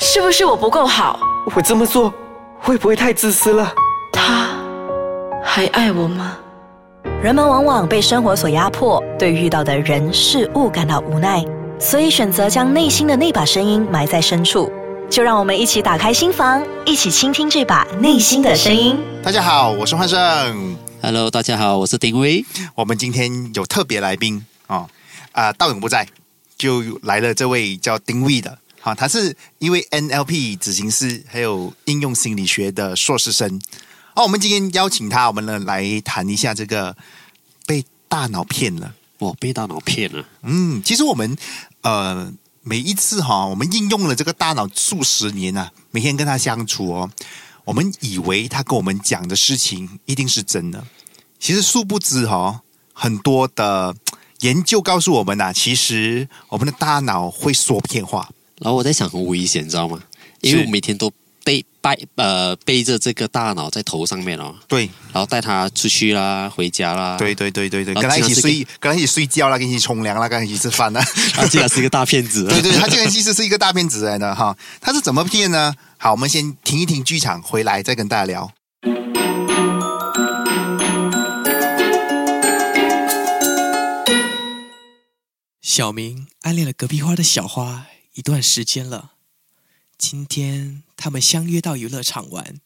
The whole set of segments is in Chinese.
是不是我不够好？我这么做会不会太自私了？他还爱我吗？人们往往被生活所压迫，对遇到的人事物感到无奈，所以选择将内心的那把声音埋在深处。就让我们一起打开心房，一起倾听这把内心的声音。大家好，我是焕胜。 Hello，大家好，我是丁威。我们今天有特别来宾哦，啊、道勇不在，就来了这位叫丁卫的。好、他是因为 NLP 执行师还有应用心理学的硕士生。哦，我们今天邀请他，我们呢来谈一下这个被大脑骗了。我被大脑骗了，嗯，其实我们呃每一次哈、我们应用了这个大脑数十年啊，每天跟他相处哦，我们以为他跟我们讲的事情一定是真的，其实殊不知哈、很多的研究告诉我们呐、啊其实我们的大脑会说骗话。然后我在想很危险，你知道吗？因为是我每天都背背呃背着这个大脑在头上面哦，对然后带它出去啦，回家啦。 对对对对对，啊跟他一起这样是睡，跟他一起睡觉啦，跟他一起冲凉啦，跟他一起吃饭 啦。他啊竟然是一个大骗子。对对，他这个其实是一个大骗子来的哈。他是怎么骗呢？好，我们先停一停剧场，回来再跟大家聊。小明暗恋了隔壁花的小花一段时间了。今天他们相约到游乐场玩，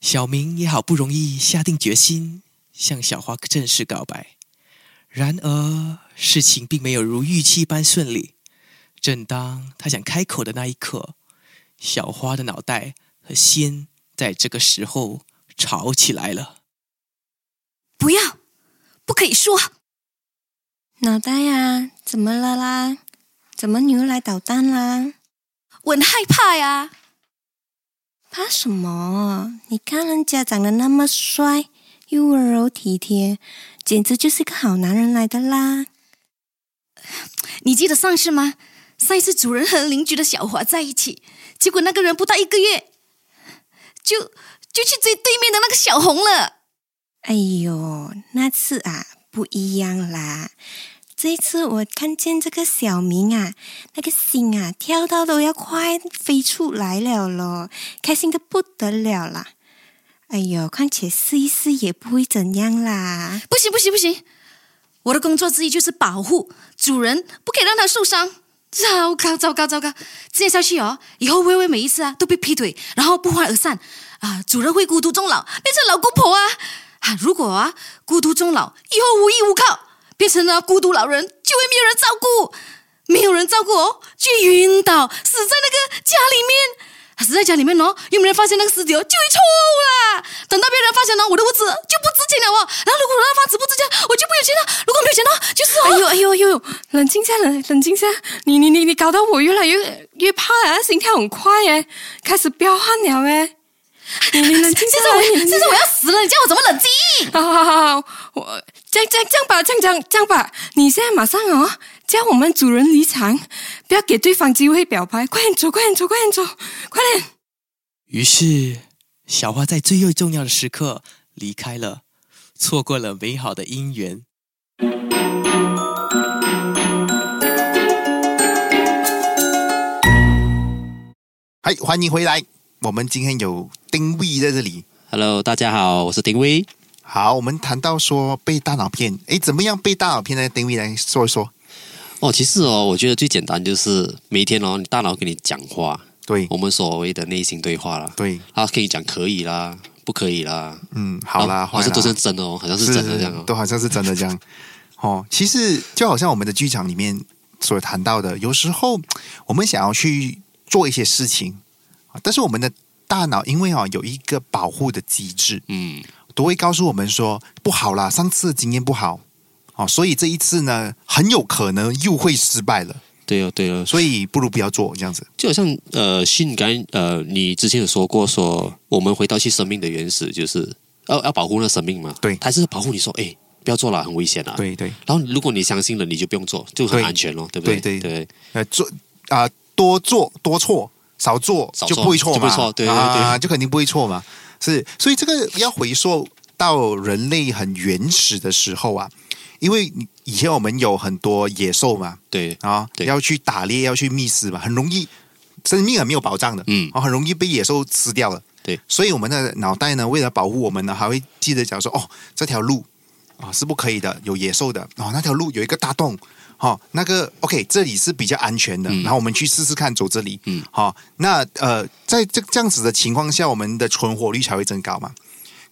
小明也好不容易下定决心向小花正式告白。然而，事情并没有如预期般顺利。正当他想开口的那一刻，小花的脑袋和心在这个时候吵起来了。不要，不可以说。脑袋呀、怎么了啦？怎么牛来捣蛋啦？我很害怕呀，怕什么？你看人家长得那么帅，又温柔体贴，简直就是个好男人来的啦！你记得上次吗？上一次主人和邻居的小华在一起，结果那个人不到一个月，就就去追对面的那个小红了。哎呦，那次啊不一样啦。这次我看见这个小明啊，那个心啊跳到都要快飞出来了咯，开心的不得了啦！哎呦，况且试一试也不会怎样啦。不行不行不行，我的工作之一就是保护主人，不可以让他受伤。糟糕糟糕糟糕，这样下去哦，以后微微每一次啊都被劈腿，然后不欢而散啊，主人会孤独终老，变成老姑婆啊啊！如果啊孤独终老，以后无依无靠，变成了孤独老人，就会没有人照顾，没有人照顾哦，就晕倒，死在那个家里面。死在家里面哦，又没人发现那个尸体哦，就会臭啦。等到被人发现了，我的屋子就不值钱了哦。然后如果那房子不值钱，我就不有钱了。如果没有钱的话，就是哦。哎呦哎呦哎呦！冷静下，冷冷静下！你你你你搞得我越来越越怕了，心跳很快耶，开始飙汗了哎！你你冷静下现在我 来！你现在我要死了，你叫我怎么冷静？好好好好，我这样这样这样吧，这样这样这样吧，你现在马上哦，叫我们主人离场，不要给对方机会表白，快点走，快点走，快点走，快点！于是，小花在最又重要的时刻离开了，错过了美好的姻缘。哎，欢迎回来，我们今天有丁卫在这里。 Hello，大家好，我是丁威。好，我们谈到说被大脑骗，哎，怎么样被大脑骗呢？丁卫来说一说。哦，其实哦，我觉得最简单就是每天哦，你大脑跟你讲话，对我们所谓的内心对话啦，对，它跟你讲可以啦，不可以啦，嗯，好啦，然后好坏像啦都是真的哦哦，好像是真的这样哦。都好像是真的这样。哦，其实就好像我们的剧场里面所谈到的，有时候我们想要去做一些事情，啊但是我们的大脑因为哦有一个保护的机制，嗯，都会告诉我们说不好啦，上次的经验不好。哦，所以这一次呢，很有可能又会失败了，对哦，对哦，所以不如不要做这样子。就好像呃，性感呃，你之前有说过说，我们回到去生命的原始，就是要要保护那生命嘛。对他是保护你说，哎，不要做了，很危险啊。。对对，然后如果你相信了，你就不用做，就很对安全咯，对不对？对对对呃，做啊、多做多错，少做少就做不会错嘛，就不会错对对啊，就肯定不会错嘛。是，所以这个要回溯到人类很原始的时候啊，因为以前我们有很多野兽嘛，对啊，对要去打猎，要去觅食嘛，很容易生命很没有保障的，嗯哦，很容易被野兽吃掉了。对，所以我们的脑袋呢，为了保护我们呢，还会记得讲说，哦，这条路啊、是不可以的，有野兽的哦，那条路有一个大洞。哦，那个 OK，这里是比较安全的，然后我们去试试看走这里。嗯好、那呃，在这这样子的情况下，我们的存活率才会增高嘛。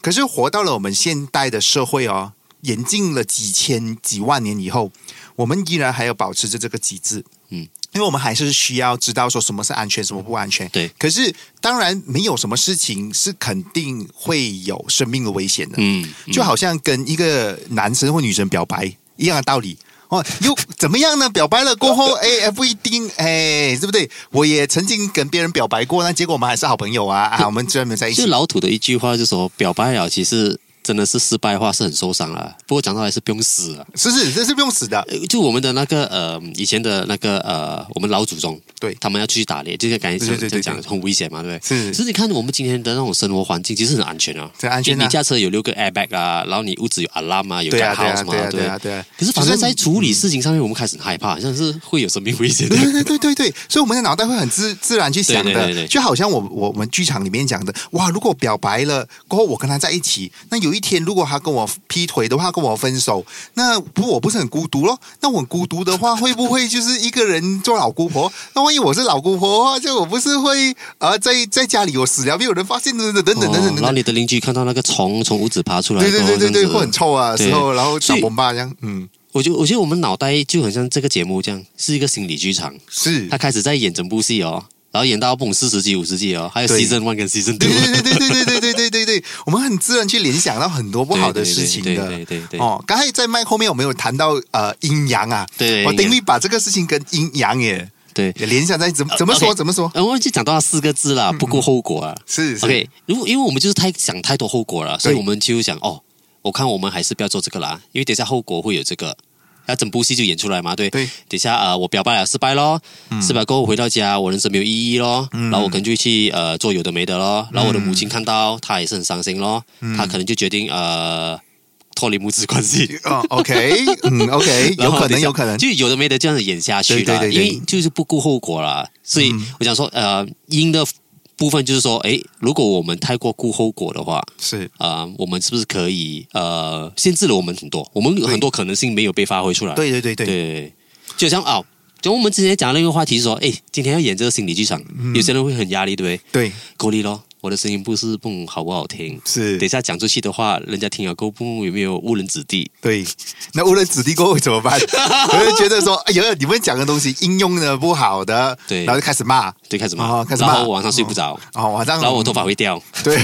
可是活到了我们现代的社会哦，演进了几千几万年以后，我们依然还要保持着这个机制。嗯，因为我们还是需要知道说什么是安全，什么不安全。对可是当然没有什么事情是肯定会有生命的危险的。嗯，嗯就好像跟一个男生或女生表白一样的道理。哦， 又怎么样呢？表白了过后，哎，哎不一定，哎，对不对？我也曾经跟别人表白过，那结果我们还是好朋友啊啊！我们虽然没有在一起就，老土的一句话，就说表白了，其实真的是失败的话是很受伤了。不过讲到还是不用死啊。是是，这是不用死的。呃就我们的那个呃，以前的那个呃，我们老祖宗，对他们要出去打猎，就是刚才对讲对对这样讲很危险嘛，对不对？是其实你看我们今天的那种生活环境，其实很安全啊，很安全啊你你驾车有六个 airbag 啊，然后你屋子有 alarm 啊，有对 g u 啊 a 对啊 house 嘛，对啊不对啊对啊可是反正在处理事情上面，我们开始很害怕，好像是会有生命危险 的对。对对对对，所以我们的脑袋会很自自然去想的，对对对对就好像我我我们剧场里面讲的，哇，如果表白了过后我跟他在一起，那有一天如果他跟我劈腿的话，跟我分手，那不我不是很孤独咯？那我很孤独的话，会不会就是一个人做老姑婆？那万一我是老姑婆的话，就我不是会呃在 在家里我死了没有人发现等等等等等哦等然后等，你的邻居看到那个虫从屋子爬出来，对对对对这对，样子会很臭啊，对时候然后找所以我爸这样，嗯，我觉得我觉得我们脑袋就很像这个节目这样，是一个心理剧场。是他。开始在演整部戏哦，然后演到不懂四十集、五十集哦，还有对 season one 跟 season 对 two。对对对对对对对对对，我们很自然去联想到很多不好的事情的。对对对对对对哦，刚才在麦后面我们有谈到呃阴阳啊，对我阴阳定力把这个事情跟阴阳也对也联想在怎么怎么说呃 OK 怎么说嗯然后我就讲到那四个字啦，不顾后果啊。是是 OK，如果因为我们就是太想太多后果了，所以对我们就想哦，我看我们还是不要做这个啦，因为等一下后果会有这个。那整部戏就演出来嘛，对，对嗯等一下啊、呃我表白了，失败咯，失败过后回到家，我人生没有意义咯，然后我可能就去呃做有的没的咯，然后我的母亲看到，她也是很伤心咯，嗯她可能就决定呃脱离母子关系，哦，OK，嗯，OK，有 然后可等能一下有可能，就有的没的这样子演下去啦，对对对嗯对因为就是不顾后果啦。所以我想说，呃，阴的部分就是说，诶，如果我们太过顾后果的话，是啊，我们是不是可以呃限制了我们很多，我们有很多可能性没有被发挥出来。对对对啊对对，就像啊。就我们之前讲的那个话题是说，诶，今天要演这个心理剧场，嗯有些人会很压力，对不对？对够力咯，我的声音不是不好不好听，是等一，下讲出去的话，人家听了够不有没有误人子弟？对。那无论子弟过后怎么 办？我就觉得说，哎呦，你们讲的东西应用的不好的，对然后就开始骂，对，开始骂，哦开始然骂后晚上睡不着，哦，晚上哦然后我头发会掉，对，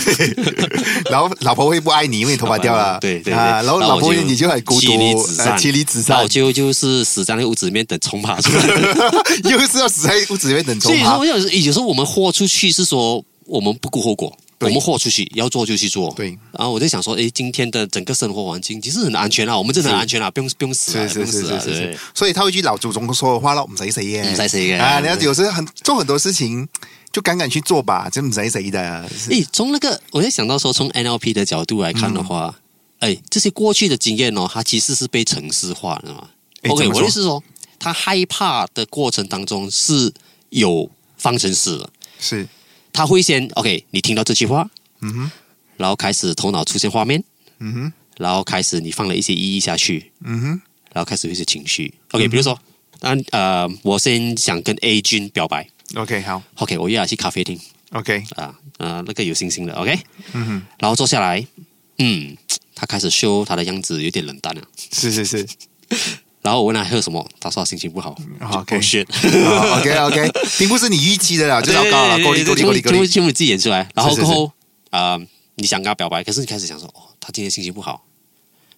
然后老婆会不爱你，因为你头发掉了，对对对，啊，然后老我婆你就很孤独，妻离子呃散，妻离子然散后我，就就是死在那个屋子里面等虫 爬出来。又是要死在屋子里面等所虫以爬说，。有时有时候我们豁出去是说我们不顾后果。我对们豁出去，要做就去做。对，然后我在想说，诶，今天的整个生活环境其实很安全啊，我们真的很安全啊，不用不用死啊，是不是是用死是啊，是对是，所以他会去老祖宗说的话咯，唔使死嘅，唔使死嘅啊！你要对有时候很做很多事情，就敢敢去做吧，就唔使死的。是诶，从那个，我在想到说，从 NLP 的角度来看的话，嗯诶，这些过去的经验哦，它其实是被程式化的嘛。诶 OK，怎么说我的意思是说，他害怕的过程当中是有方程式的，是，他会先 OK，你听到这句话，嗯哼，然后开始头脑出现画面，嗯哼，然后开始你放了一些意义下去，嗯哼，嗯然后开始有一些情绪。OK，、比如说，当然呃，我先想跟 A 君表白。 OK，好 OK，我约他去咖啡厅，OK，啊，呃，那个有星星的 OK，嗯哼，然后坐下来，嗯，他开始秀他的样子有点冷淡了。是是是然后我问他喝什么，他说他心情不好。 ，OK，哦 shit， ，OK OK，并不是你预期的啦，就糟糕了，够力够力够力够全部力，全部自己演出来。然后是是过后，啊，你想跟他表白，可是你开始想说，哦，他今天心情不好。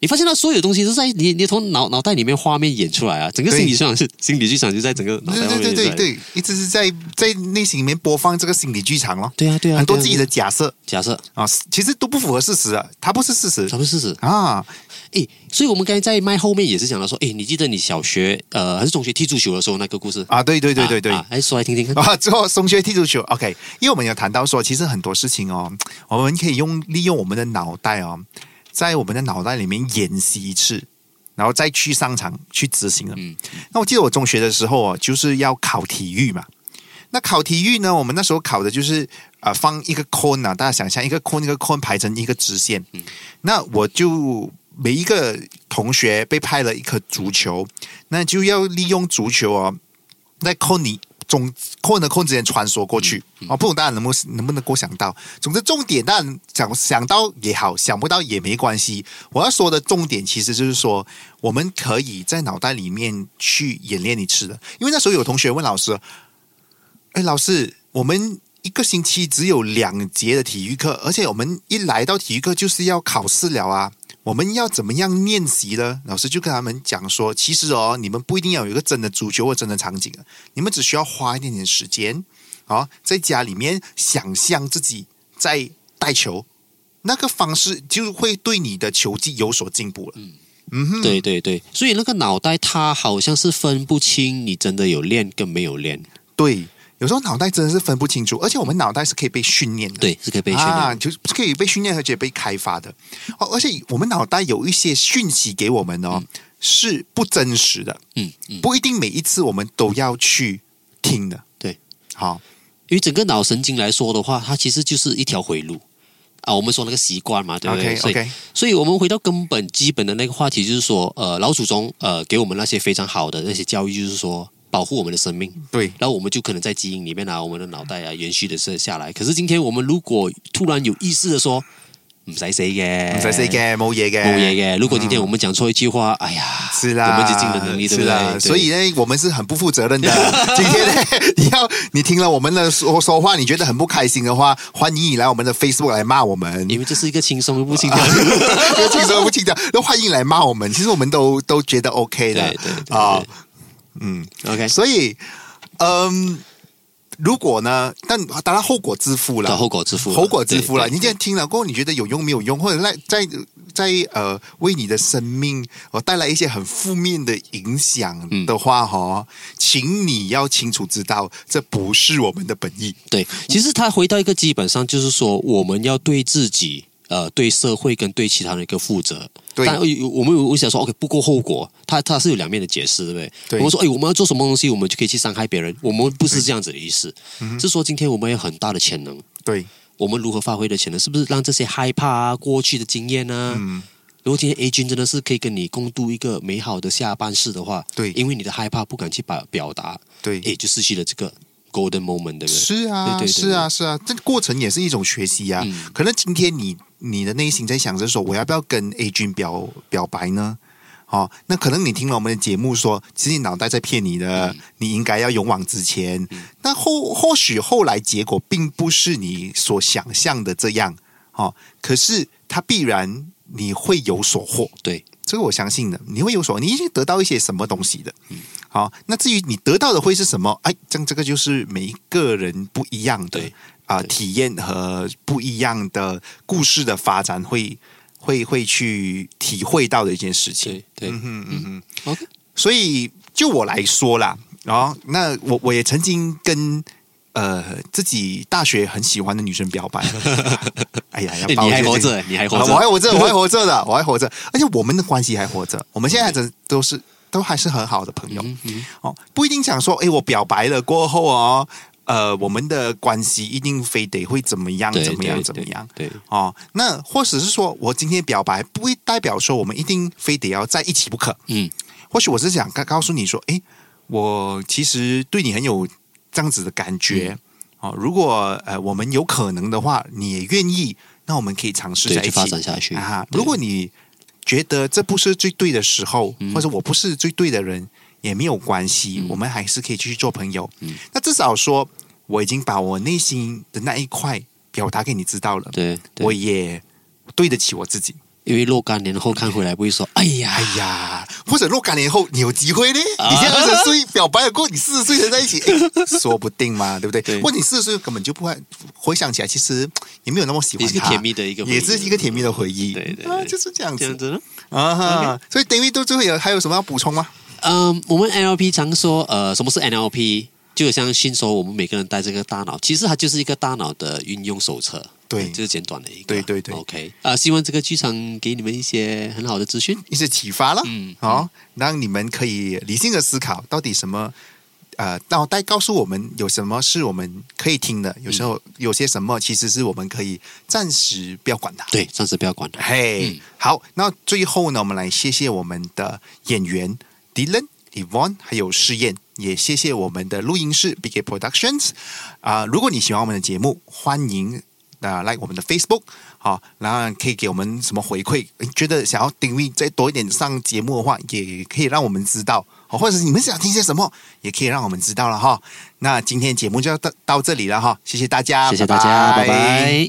你发现他所有东西都在你你从脑脑袋里面画面演出来啊，整个对心理上是心理剧场就在整个脑袋对画对面演对对出来。对，一直是在在内心里面播放这个心理剧场咯，对啊对啊，很多对啊自己的假设假设，啊，其实都不符合事实啊，它不是事实他不是事实。啊，诶，所以我们刚才在麦后面也是讲到说，诶，你记得你小学呃还是中学踢足球的时候那个故事？啊，对对对对对。啊啊哎、说来听 听看。啊，之后松靴踢足球，OK，因为我们有谈到说，其实很多事情哦，我们可以用利用我们的脑袋哦，在我们的脑袋里面演习一次，然后再去啊上场去执行了。那我记得我中学的时候哦，就是要考体育嘛，那考体育呢？我们那时候考的就是啊、呃放一个 cone 啊，大家想象一个 cone 一个 cone 排成一个直线。那我就每一个同学被派了一颗足球，那就要利用足球哦，在 cone 里中 cone 的 cone 之间穿梭过去。哦，不懂大家能不能能不能够想到？总之，重点当然想想到也好，想不到也没关系。我要说的重点其实就是说，我们可以在脑袋里面去演练一次的，因为那时候有同学问老师。哎，老师，我们一个星期只有两节的体育课，而且我们一来到体育课就是要考试了啊。我们要怎么样练习呢？老师就跟他们讲说，其实哦，你们不一定要有一个真的足球或真的场景，啊你们只需要花一点点时间，哦，在家里面想象自己在带球，那个方式就会对你的球技有所进步了。嗯嗯对对对，所以那个脑袋它好像是分不清你真的有练跟没有练，对，有时候脑袋真的是分不清楚，而且我们脑袋是可以被训练的。对，是可以被训练。啊，就是可以被训练，而且被开发的。哦，而且我们脑袋有一些讯息给我们哦，是不真实的，嗯嗯，不一定每一次我们都要去听的。对，好，因为整个脑神经来说的话，它其实就是一条回路啊。我们说那个习惯嘛，对不对 OK 所以 OK，所以我们回到根本基本的那个话题，就是说，呃，老祖宗呃给我们那些非常好的那些教育，就是说保护我们的生命，对然后我们就可能在基因里面啊，我们的脑袋啊延续的是下来。可是今天我们如果突然有意识的说，唔使死嘅，唔使 say 嘅，冇嘢嘅，呃冇嘢嘅。如果今天我们讲错一句话，哎呀，是啦，我们已经的能力，对不是啦对？所以对呢，我们是很不负责任 的。今天呢，你要你听了我们的说说话，你觉得很不开心的话，欢迎你来我们的 Facebook 来骂我们。因为这是一个轻松又不 轻松。不轻松不轻松，那欢迎来骂我们。其实我们都都觉得 OK 的对对对对啊、嗯， OK，所以，嗯，如果呢，但当然后果自负了，对后果自负啦后果自负了。对对你今天听了过后，你觉得有用没有用，或者在在在呃为你的生命呃带来一些很负面的影响的话，嗯哈、请你要清楚知道，这不是我们的本意。对，其实他回到一个基本上就是说，我们要对自己、呃，对社会跟对其他人一个负责。对但呃我们我想说，OK，不过后果，它它是有两面的解释，对不对？对我们说，哎，我们要做什么东西，我们就可以去伤害别人，我们不是这样子的意思，嗯是说今天我们有很大的潜能，对，我们如何发挥的潜能，是不是让这些害怕啊、过去的经验啊？嗯如果今天 A 君真的是可以跟你共度一个美好的下半世的话，对因为你的害怕不敢去表表达，对哎，就失去了这个 golden moment，对不对？是啊，对对对嗯是啊，是啊，这过程也是一种学习啊。可能今天你你的内心在想着说，我要不要跟 A 君表表白呢？哦，那可能你听了我们的节目说，其实你脑袋在骗你的，嗯你应该要勇往直前。那后或许后来结果并不是你所想象的这样，哦，可是它必然你会有所获。对，这个我相信的，你会有所，你一定得到一些什么东西的。嗯好，那至于你得到的会是什么，哎，这样这个就是每一个人不一样的对啊、体验和不一样的故事的发展会。会会去体会到的一件事情，对对，嗯嗯嗯，OK，所以就我来说啦，然、后那我我也曾经跟呃自己大学很喜欢的女生表 白，哎呀，要哎抱你还歉活这着，你还活啊我还着，活着，我还活着的，我还活着，而且我们的关系还活着，我们现在还真都是都还是很好的朋友、嗯哦，不一定想说，哎，我表白了过后哦，呃，我们的关系一定非得会怎么样对怎么样对怎么样对，对哦，那或者是说我今天表白，不会代表说我们一定非得要在一起不可，嗯，或许我是想告告诉你说，哎，我其实对你很有这样子的感觉。嗯哦，如果呃我们有可能的话，你也愿意，那我们可以尝试对在一起就发展下去啊。对嗯如果你觉得这不是最对的时候，或者我不是最对的人，也没有关系，我们还是可以继续做朋友。嗯那至少说，我已经把我内心的那一块表达给你知道了，对，对我也对得起我自己。因为若干年后看回来，不会说，哎呀，哎呀，或者若干年后你有机会呢？啊你现在二十岁表白了过后，你四十岁才在 一起，哎说不定嘛，对不对？对或者你四十岁根本就不会回想起来，其实也没有那么喜欢也是他，个甜蜜的一个回忆也是一个甜蜜的回忆。对对对啊，就是这样这样子子呢？啊哈。所以 David 到最后有还有什么要补充吗？嗯，我们 NLP 常说，呃，什么是 NLP？就像信说，我们每个人带这个大脑，其实它就是一个大脑的运用手册。对这是简短的一个。对对对 OK，啊、希望这个剧场给你们一些很好的资讯。一些启发了，嗯好、让你们可以理性的思考，到底什么呃，脑袋告诉我们有什么是我们可以听的，有时嗯候有些什么其实是我们可以暂时不要管它。对，暂时不要管它。嘿、好，那最后呢，我们来谢谢我们的演员 Dylan、Yvonne，还有试验，也谢谢我们的录音室 BK Productions。啊、如果你喜欢我们的节目，欢迎啊、来我们的 Facebook，好、然后可以给我们什么回馈？诶觉得想要定位再多一点上节目的话，也可以让我们知道。好或者是你们想听些什么，也可以让我们知道了哈。那今天节目就要到到这里了哈，谢谢大家，谢谢大家，拜拜